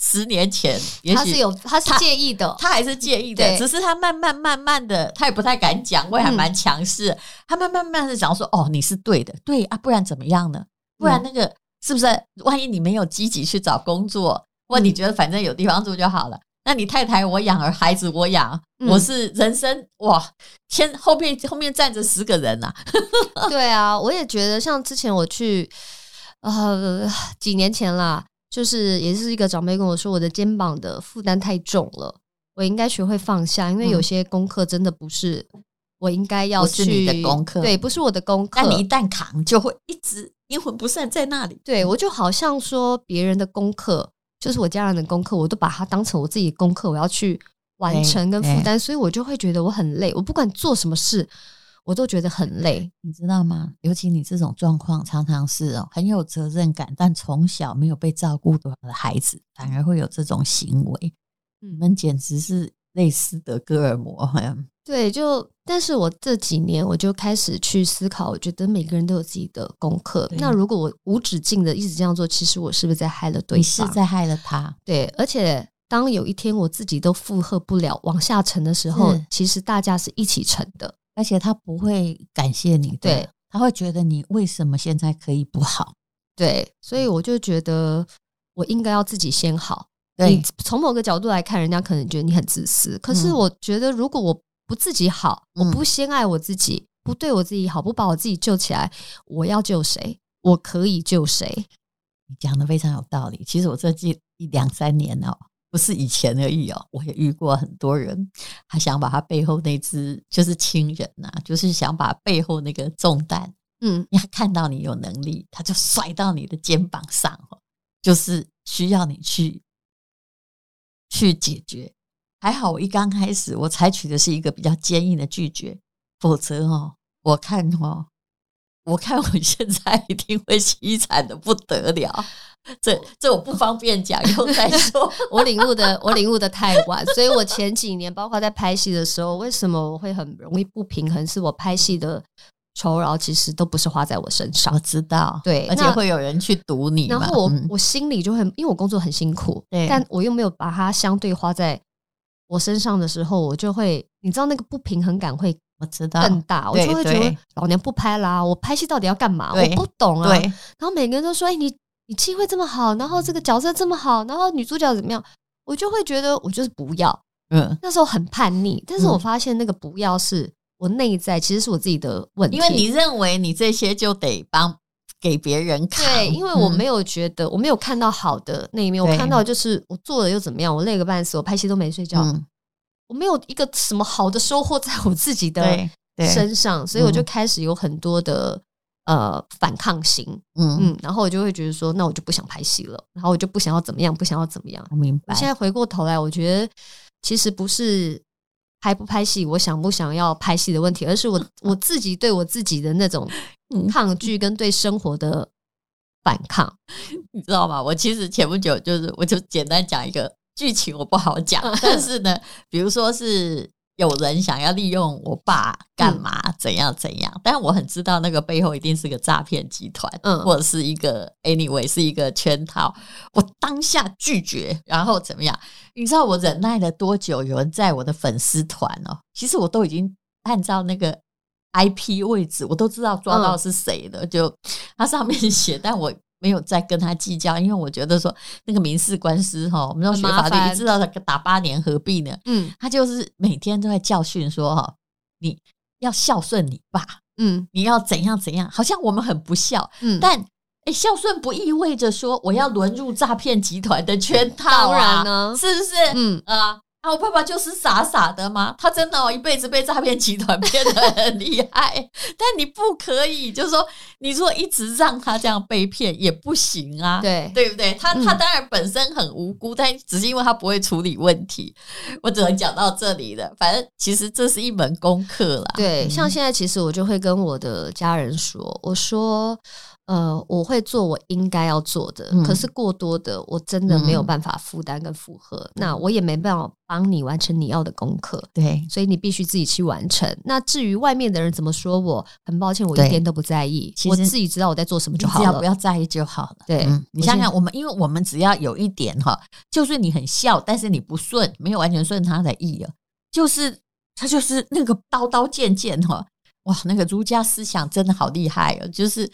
[SPEAKER 2] 十年前也
[SPEAKER 3] 他
[SPEAKER 2] 许
[SPEAKER 3] 是有，他是
[SPEAKER 2] 他
[SPEAKER 3] 介意的，
[SPEAKER 2] 他还是介意的，
[SPEAKER 3] 对嗯
[SPEAKER 2] 只是他慢慢慢慢的，他也不太敢讲，我也还蛮强势。他慢慢慢的讲说，哦，你是对的，对啊，不然怎么样呢？不
[SPEAKER 3] 嗯
[SPEAKER 2] 然那个、是不是？万一你没有积极去找工
[SPEAKER 3] 嗯
[SPEAKER 2] 作，或你觉得反正有地方住就好了。那你太太我养，儿孩子我养，
[SPEAKER 3] 嗯
[SPEAKER 2] 我是人生哇，天后面后面站着十个人呐、啊，
[SPEAKER 3] 对啊，我也觉得，像之前我去，呃，几年前啦，就是也是一个长辈跟我说，我的肩膀的负担太重了，我我应该学会放下，因为有
[SPEAKER 2] 嗯
[SPEAKER 3] 些功课真的不是我应该要
[SPEAKER 2] 不
[SPEAKER 3] 去
[SPEAKER 2] 是你的功课
[SPEAKER 3] 对，不是我的功课。
[SPEAKER 2] 但你一嗯旦扛，就会一直阴魂不散在那里。
[SPEAKER 3] 对我就好像说别人的功课，就是我家人的功课，我都把它当成我自己的功课，我要去完成跟负担，所以我就会觉得我很累。我不管做什么事，我都觉得很累。
[SPEAKER 2] 你知道吗？尤其你这种状况，常常是哦很有责任感，但从小没有被照顾的孩子，反而会有这种行为。你
[SPEAKER 3] 嗯，
[SPEAKER 2] 们简直是类似的戈尔摩，嗯
[SPEAKER 3] 对，就但是我这几年我就开始去思考，我觉得每个人都有自己的功课。
[SPEAKER 2] 对
[SPEAKER 3] 那如果我无止境的一直这样做，其实我是不是在害了对
[SPEAKER 2] 你是
[SPEAKER 3] 方？
[SPEAKER 2] 在害了他。
[SPEAKER 3] 对，而且当有一天我自己都负荷不了往下沉的时候
[SPEAKER 2] 是，
[SPEAKER 3] 其实大家是一起沉的。
[SPEAKER 2] 而且他不会感谢你的，
[SPEAKER 3] 对
[SPEAKER 2] 他会觉得你为什么现在可以不好？
[SPEAKER 3] 对，所
[SPEAKER 2] 嗯
[SPEAKER 3] 以我就觉得我应该要自己先好。你
[SPEAKER 2] 对，
[SPEAKER 3] 从某个角度来看，人家可能觉得你很自私，可是
[SPEAKER 2] 嗯
[SPEAKER 3] 我觉得如果我不自己好，我
[SPEAKER 2] 嗯
[SPEAKER 3] 不先爱我自己，不对我自己好，不把我自己救起来，我要救谁？我可以救谁？
[SPEAKER 2] 你讲的非常有道理。其实我这近一两三年哦，不是以前而已哦，我也遇过很多人，他想把他背后那只就是亲人呐、就是想把背后那个重担，
[SPEAKER 3] 嗯，
[SPEAKER 2] 因为他看到你有能力，他就甩到你的肩膀上哦，就是需要你去去解决。还好我一刚开始，我采取的是一个比较坚硬的拒绝，否则哦，我看哦，我看我现在一定会凄惨的不得了。这这我不方便讲，以后再 说。
[SPEAKER 3] 我领悟的我领悟的太晚，所以我前几年包括在拍戏的时候，为什么我会很容易不平衡？是我拍戏的酬劳其实都不是花在我身上
[SPEAKER 2] 我，知 道，
[SPEAKER 3] 对
[SPEAKER 2] 而且
[SPEAKER 3] 那
[SPEAKER 2] 会有人去堵你嘛。
[SPEAKER 3] 然后我、
[SPEAKER 2] 嗯
[SPEAKER 3] 我心里就很，因为我工作很辛苦，
[SPEAKER 2] 对
[SPEAKER 3] 但我又没有把它相对花在我身上的时候，我就会，你知道那个不平衡感会
[SPEAKER 2] 我知道，
[SPEAKER 3] 更大，
[SPEAKER 2] 啊
[SPEAKER 3] 我
[SPEAKER 2] 对
[SPEAKER 3] 就会觉得
[SPEAKER 2] 对
[SPEAKER 3] 老娘不拍啦，我拍戏到底要干嘛？我
[SPEAKER 2] 对
[SPEAKER 3] 不懂啊。
[SPEAKER 2] 对，
[SPEAKER 3] 然后每个人都说，哎、你你机会这么好，然后这个角色这么好，然后女主角怎么样？我就会觉得我就是不要。
[SPEAKER 2] 嗯，
[SPEAKER 3] 那时候很叛逆，但是我
[SPEAKER 2] 嗯
[SPEAKER 3] 发现那个不要是我内在，其实是我自己的问题，
[SPEAKER 2] 因为你认为你这些就得帮给别人扛，
[SPEAKER 3] 对，因为我
[SPEAKER 2] 嗯
[SPEAKER 3] 没有觉得，我没有看到好的那一面，我
[SPEAKER 2] 对
[SPEAKER 3] 看到就是我做了又怎么样，我累个半死，我拍戏都没睡觉，
[SPEAKER 2] 嗯，
[SPEAKER 3] 我没有一个什么好的收获在我自己的
[SPEAKER 2] 对对，
[SPEAKER 3] 身上，所以我就
[SPEAKER 2] 嗯
[SPEAKER 3] 开始有很多的。呃，反抗心，
[SPEAKER 2] 嗯，
[SPEAKER 3] 嗯，然后我就会觉得说，那我就不想拍戏了，然后我就不想要怎么样，不想要怎么样。
[SPEAKER 2] 我明
[SPEAKER 3] 我
[SPEAKER 2] 白。
[SPEAKER 3] 现在回过头来，我觉得其实不是拍不拍戏，我想不想要拍戏的问题，而是我我自己对我自己的那种
[SPEAKER 2] 嗯
[SPEAKER 3] 抗拒跟对生活的反抗。
[SPEAKER 2] 你知道吗？我其实前不久就是，我就简单讲一个剧情，我不好讲，但是呢，比如说是有人想要利用我爸干嘛，怎样怎样，但我很知道那个背后一定是个诈骗集团，
[SPEAKER 3] 嗯
[SPEAKER 2] 或者是一个 anyway 是一个圈套，我当下拒绝，然后怎么样？你知道我忍耐了多久？有人在我的粉丝团哦，其实我都已经按照那个 IP 位置，我都知道抓到是谁的，就它上面写，但我没有再跟他计较，因为我觉得说那个民事官司哈，我们要
[SPEAKER 3] 很
[SPEAKER 2] 学
[SPEAKER 3] 麻
[SPEAKER 2] 法律，
[SPEAKER 3] 烦
[SPEAKER 2] 你知道打八年何必呢？
[SPEAKER 3] 嗯
[SPEAKER 2] 他就是每天都在教训说哈，你要孝顺你爸，
[SPEAKER 3] 嗯
[SPEAKER 2] 你要怎样怎样，好像我们很不孝，
[SPEAKER 3] 嗯，
[SPEAKER 2] 但诶孝顺不意味着说我要沦入诈骗集团的圈套、啊，
[SPEAKER 3] 当然呢
[SPEAKER 2] 是不是？
[SPEAKER 3] 嗯，
[SPEAKER 2] 啊啊！我爸爸就是傻傻的吗？他真的、哦、一辈子被诈骗集团 骗得很厉害，但你不可以，就是说，你说一直让他这样被骗也不行啊，
[SPEAKER 3] 对
[SPEAKER 2] 对不对？他他
[SPEAKER 3] 嗯
[SPEAKER 2] 当然本身很无辜，但只是因为他不会处理问题。我只能讲到这里了，反正其实这是一门功课啦。
[SPEAKER 3] 对，
[SPEAKER 2] 嗯
[SPEAKER 3] 像现在其实我就会跟我的家人说，我说，呃，我会做我应该要做的，
[SPEAKER 2] 嗯
[SPEAKER 3] 可是过多的我真的没有办法负担跟负荷，那
[SPEAKER 2] 嗯
[SPEAKER 3] 我也没办法帮你完成你要的功课。
[SPEAKER 2] 对
[SPEAKER 3] 所以你必须自己去完成。那至于外面的人怎么说我，很抱歉，我
[SPEAKER 2] 对
[SPEAKER 3] 一点都不在意
[SPEAKER 2] 其。实
[SPEAKER 3] 我自己知道我在做什么就好
[SPEAKER 2] 你只要不
[SPEAKER 3] 了。
[SPEAKER 2] 要在意就好了。
[SPEAKER 3] 对
[SPEAKER 2] 嗯你想想
[SPEAKER 3] 我现
[SPEAKER 2] 看，我们因为我们只要有一点哈，就是你很孝，但是你不顺，没有完全顺他的意啊，就是他就是那个刀刀剑剑哈，哇，那个儒家思想真的好厉害哦，就是。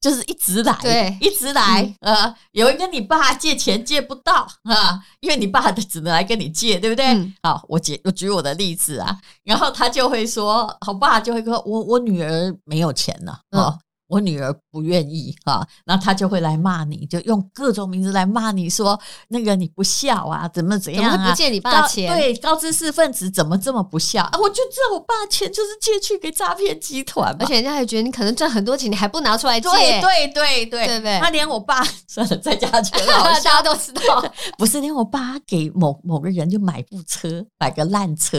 [SPEAKER 2] 就是一直来，
[SPEAKER 3] 对
[SPEAKER 2] 一直来，呃，有人跟你爸借钱借不到啊、因为你爸只能来跟你借，对不对？
[SPEAKER 3] 嗯
[SPEAKER 2] 好，我举我举我的例子啊，然后他就会说，好爸就会说，我我女儿没有钱了、
[SPEAKER 3] 嗯
[SPEAKER 2] 哦，我我女儿不愿意啊，然后她就会来骂你，就用各种名字来骂你说那个你不孝啊，怎么怎
[SPEAKER 3] 怎
[SPEAKER 2] 样
[SPEAKER 3] 么
[SPEAKER 2] 啊
[SPEAKER 3] 会不，借你爸
[SPEAKER 2] 高
[SPEAKER 3] 钱？，
[SPEAKER 2] 对高知识分子怎么这么不孝啊？我就知道我爸钱就是借去给诈骗集团嘛，
[SPEAKER 3] 而且人家还觉得你可能赚很多钱，你还不拿出来借，
[SPEAKER 2] 对对对对
[SPEAKER 3] 对不对
[SPEAKER 2] 他连我爸 算了，在家觉得好
[SPEAKER 3] 大
[SPEAKER 2] 笑，
[SPEAKER 3] 家都知道。
[SPEAKER 2] 不是连我爸给某某个人就买部车，买个烂车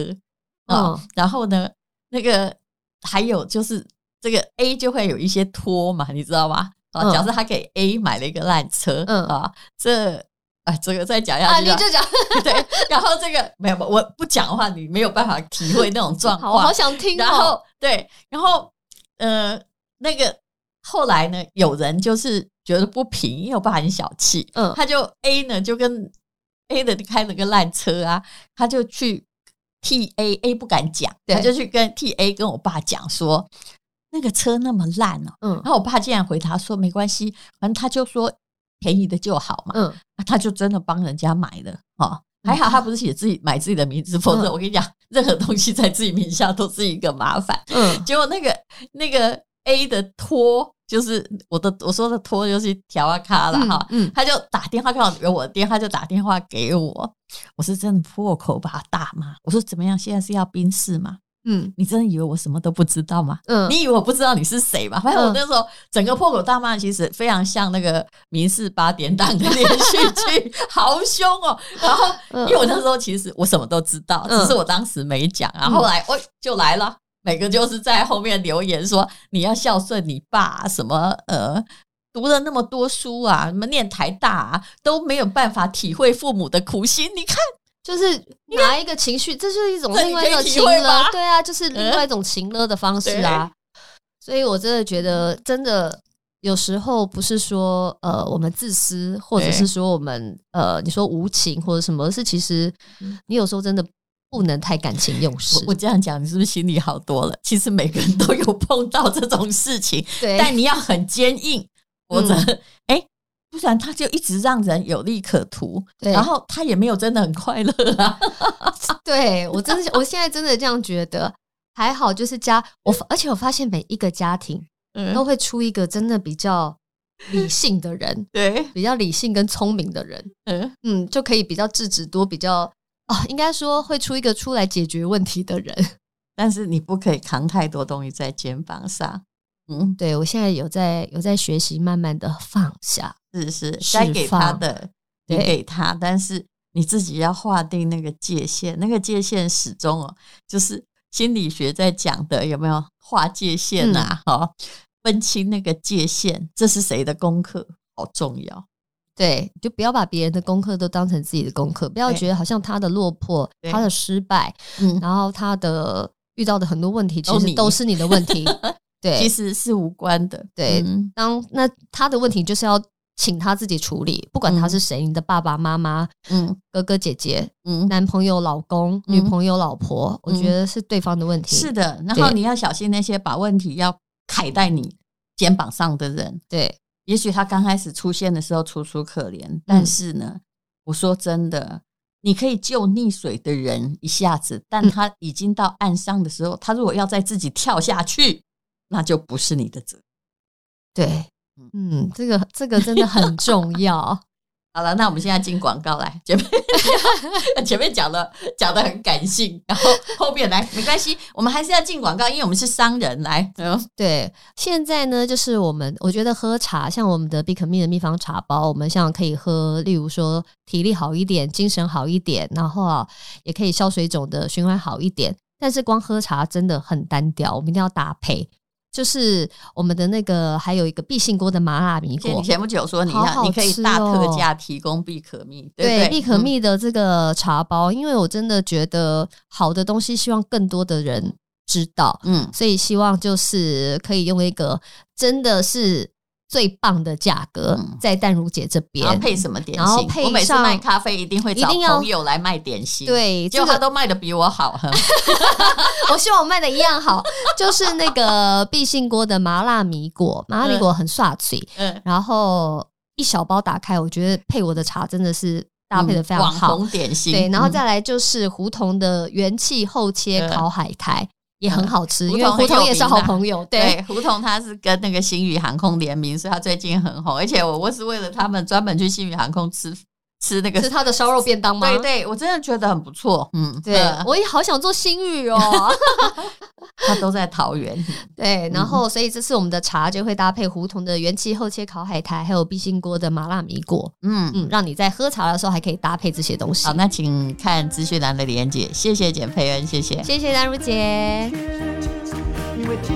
[SPEAKER 2] 啊、
[SPEAKER 3] 嗯
[SPEAKER 2] 然后呢，那个还有就是这个 A 就会有一些托嘛，你知道吗？啊，
[SPEAKER 3] 嗯
[SPEAKER 2] 假设他给 A 买了一个烂车，
[SPEAKER 3] 嗯
[SPEAKER 2] 啊，这啊这个再讲
[SPEAKER 3] 啊，
[SPEAKER 2] 下
[SPEAKER 3] 你
[SPEAKER 2] 去啊、
[SPEAKER 3] 就讲，
[SPEAKER 2] 对，然后这个没有，我不讲的话，你没有办法体会那种状
[SPEAKER 3] 好，我
[SPEAKER 2] 况
[SPEAKER 3] 好。想听哦。
[SPEAKER 2] 然后对，然后呃，那个后来呢，有人就是觉得不平，因为我爸很小气，
[SPEAKER 3] 嗯
[SPEAKER 2] 他就 A 呢就跟 A 的开了个烂车啊，他就去替 A A 不敢讲，
[SPEAKER 3] 对
[SPEAKER 2] 他就去跟替 A 跟我爸讲说，那个车那么烂哦，
[SPEAKER 3] 嗯
[SPEAKER 2] 然后我爸竟然回答说没关系，反正他就说便宜的就好嘛，
[SPEAKER 3] 嗯，
[SPEAKER 2] 啊他就真的帮人家买了哦。还好他不是写自己买自己的名字，否则
[SPEAKER 3] 嗯
[SPEAKER 2] 我跟你讲，任何东西在自己名下都是一个麻烦。
[SPEAKER 3] 嗯，
[SPEAKER 2] 结果那个那个 A 的托，就是我的我说的托，就是条啊卡啦哈，
[SPEAKER 3] 嗯，
[SPEAKER 2] 他就打电话看到有我的电话，就打电话给我，我是真的破口把他大骂，我说怎么样，现在是要冰释吗？
[SPEAKER 3] 嗯
[SPEAKER 2] 你真的以为我什么都不知道吗？
[SPEAKER 3] 嗯，
[SPEAKER 2] 你以为我不知道你是谁吗？反正我
[SPEAKER 3] 嗯
[SPEAKER 2] 那时候整个破口大骂，其实非常像那个《民事八点档》的连续 剧，好凶哦。然后，因为我那时候其实我什么都知道，
[SPEAKER 3] 嗯
[SPEAKER 2] 只是我当时没讲。然后后来我哎就来了，每个就是在后面留言说你要孝顺你爸啊，什么呃。读了那么多书啊，什么念台大啊，都没有办法体会父母的苦心。你看，
[SPEAKER 3] 就是拿一个情绪，这就是一种
[SPEAKER 2] 这
[SPEAKER 3] 另
[SPEAKER 2] 你
[SPEAKER 3] 外
[SPEAKER 2] 可
[SPEAKER 3] 一
[SPEAKER 2] 以
[SPEAKER 3] 种
[SPEAKER 2] 体
[SPEAKER 3] 情
[SPEAKER 2] 会
[SPEAKER 3] 勒，
[SPEAKER 2] 吧嗯
[SPEAKER 3] 对啊，就是另外一种情勒的方式啊。所以我真的觉得，真的有时候不是说呃我们自私，或者
[SPEAKER 2] 对
[SPEAKER 3] 是说我们呃你说无情或者什么，是其实你有时候真的不能太感情用事
[SPEAKER 2] 嗯我。我这样讲，你是不是心里好多了？其实每个人都有碰到这种事情，
[SPEAKER 3] 对，嗯
[SPEAKER 2] 但你要很坚硬，否则哎，诶不然他就一直让人有利可图，
[SPEAKER 3] 对
[SPEAKER 2] 然后他也没有真的很快乐 啊。
[SPEAKER 3] 对 我真的，我现在真的这样觉得。还好，就是家我发，而且我发现每一个家庭
[SPEAKER 2] 嗯
[SPEAKER 3] 都，会出一个真的比较理性的人，
[SPEAKER 2] 对，
[SPEAKER 3] 比较理性跟聪明的人，
[SPEAKER 2] 嗯，
[SPEAKER 3] 嗯，就可以比较制止多，比较啊、应该说会出一个出来解决问题的人。
[SPEAKER 2] 但是你不可以扛太多东西在肩膀上。嗯，
[SPEAKER 3] 对我现在有在有在学习，慢慢的放下。
[SPEAKER 2] 是是，
[SPEAKER 3] 释
[SPEAKER 2] 该给他
[SPEAKER 3] 放
[SPEAKER 2] 的你
[SPEAKER 3] 对
[SPEAKER 2] 给他，但是你自己要划定那个界限，那个界限始终哦，就是心理学在讲的有没有划界限啊？
[SPEAKER 3] 嗯
[SPEAKER 2] 哦，分清那个界限，这是谁的功课，好重要。
[SPEAKER 3] 对，就不要把别人的功课都当成自己的功课，不要
[SPEAKER 2] 对
[SPEAKER 3] 觉得好像他的落魄、
[SPEAKER 2] 对
[SPEAKER 3] 他的失败，
[SPEAKER 2] 嗯，
[SPEAKER 3] 然后他的遇到的很多问题，其
[SPEAKER 2] 都
[SPEAKER 3] 实
[SPEAKER 2] 你
[SPEAKER 3] 都是你 的问题。对，
[SPEAKER 2] 其实是无关的。
[SPEAKER 3] 对
[SPEAKER 2] 嗯
[SPEAKER 3] 当那他的问题就是要请他自己处理，不管他是谁，你的爸爸妈妈、
[SPEAKER 2] 嗯
[SPEAKER 3] 哥哥姐姐、
[SPEAKER 2] 嗯，
[SPEAKER 3] 男朋友、老公、女
[SPEAKER 2] 嗯
[SPEAKER 3] 朋友、老婆，我
[SPEAKER 2] 嗯
[SPEAKER 3] 觉得是对方的问题。
[SPEAKER 2] 是的。然后
[SPEAKER 3] 对
[SPEAKER 2] 你要小心那些把问题要揩在你肩膀上的人。
[SPEAKER 3] 对，
[SPEAKER 2] 也许他刚开始出现的时候楚楚可怜，
[SPEAKER 3] 嗯
[SPEAKER 2] 但是呢，我说真的，你可以救溺水的人一下子，但
[SPEAKER 3] 嗯
[SPEAKER 2] 他已经到岸上的时候，他如果要再自己跳下去，那就不是你的责任。
[SPEAKER 3] 对，嗯，这个这个真的很重要。
[SPEAKER 2] 好了，那我们现在进广告来，前面前面讲 的讲的很感性，然后后面来没关系，我们还是要进广告，因为我们是商人来，嗯
[SPEAKER 3] 对，现在呢，就是我们我觉得喝茶，像我们的 Big Me 的秘方茶包，我们像可以喝，例如说体力好一点，精神好一点，然后啊，也可以消水肿的循环好一点。但是光喝茶真的很单调，我们一定要搭配。就是我们的那个，还有一个必信锅的麻辣米
[SPEAKER 2] 前
[SPEAKER 3] 果
[SPEAKER 2] 你，前不久说你要
[SPEAKER 3] 好好
[SPEAKER 2] 你可以
[SPEAKER 3] 吃
[SPEAKER 2] 大特
[SPEAKER 3] 哦
[SPEAKER 2] 价提供必可蜜，对嗯
[SPEAKER 3] 对嗯
[SPEAKER 2] 不对
[SPEAKER 3] 必可、蜜的这个茶包，因为我真的觉得好的东西，希望更多的人知道。
[SPEAKER 2] 嗯，
[SPEAKER 3] 所以希望就是可以用一个真的是最棒的价格
[SPEAKER 2] 嗯，
[SPEAKER 3] 在淡如姐这
[SPEAKER 2] 然后
[SPEAKER 3] 边
[SPEAKER 2] 配什么点
[SPEAKER 3] 然后
[SPEAKER 2] 心？
[SPEAKER 3] 配
[SPEAKER 2] 我每次
[SPEAKER 3] 上
[SPEAKER 2] 卖咖啡一定会
[SPEAKER 3] 一
[SPEAKER 2] 找
[SPEAKER 3] 定要
[SPEAKER 2] 朋友来卖点心，，
[SPEAKER 3] 对，
[SPEAKER 2] 结
[SPEAKER 3] 这
[SPEAKER 2] 果他
[SPEAKER 3] 个
[SPEAKER 2] 都卖的比我好， 哼
[SPEAKER 3] 我希望我卖的一样好， 就是那个必信锅的麻辣米果，麻辣米果很刷嘴，
[SPEAKER 2] 嗯，
[SPEAKER 3] 然后一小包打开，我觉得配我的茶真的是搭配的非常
[SPEAKER 2] 嗯网
[SPEAKER 3] 好，
[SPEAKER 2] 红点心，
[SPEAKER 3] 对，然后
[SPEAKER 2] 嗯
[SPEAKER 3] 再来就是胡同的元气厚切烤海苔，也很好吃，
[SPEAKER 2] 嗯
[SPEAKER 3] 因为
[SPEAKER 2] 胡
[SPEAKER 3] 胡
[SPEAKER 2] 同
[SPEAKER 3] 同
[SPEAKER 2] 很有
[SPEAKER 3] 也是
[SPEAKER 2] 名
[SPEAKER 3] 好
[SPEAKER 2] 嘛
[SPEAKER 3] 朋友。
[SPEAKER 2] 对
[SPEAKER 3] 对，，
[SPEAKER 2] 胡同它是跟那个星宇航空联名，所以它最近很红。而且我我是为了他们专门去星宇航空吃吃那个
[SPEAKER 3] 是，他的烧肉便当吗？
[SPEAKER 2] 对对，我真的觉得很不错。嗯，
[SPEAKER 3] 对
[SPEAKER 2] 呃
[SPEAKER 3] 我也好想做新 宇哦。
[SPEAKER 2] 它都在桃园。
[SPEAKER 3] 对，
[SPEAKER 2] 嗯
[SPEAKER 3] 然后所以这次我们的茶就会搭配胡同的元气厚切烤海苔，还有必兴锅的麻辣米果，
[SPEAKER 2] 嗯，
[SPEAKER 3] 嗯，让你在喝茶的时候还可以搭配这些东西
[SPEAKER 2] 好，。那请看资讯栏的连接。谢谢简佩恩，谢谢。
[SPEAKER 3] 谢谢丹如
[SPEAKER 1] 啊
[SPEAKER 3] 姐。
[SPEAKER 1] 因为天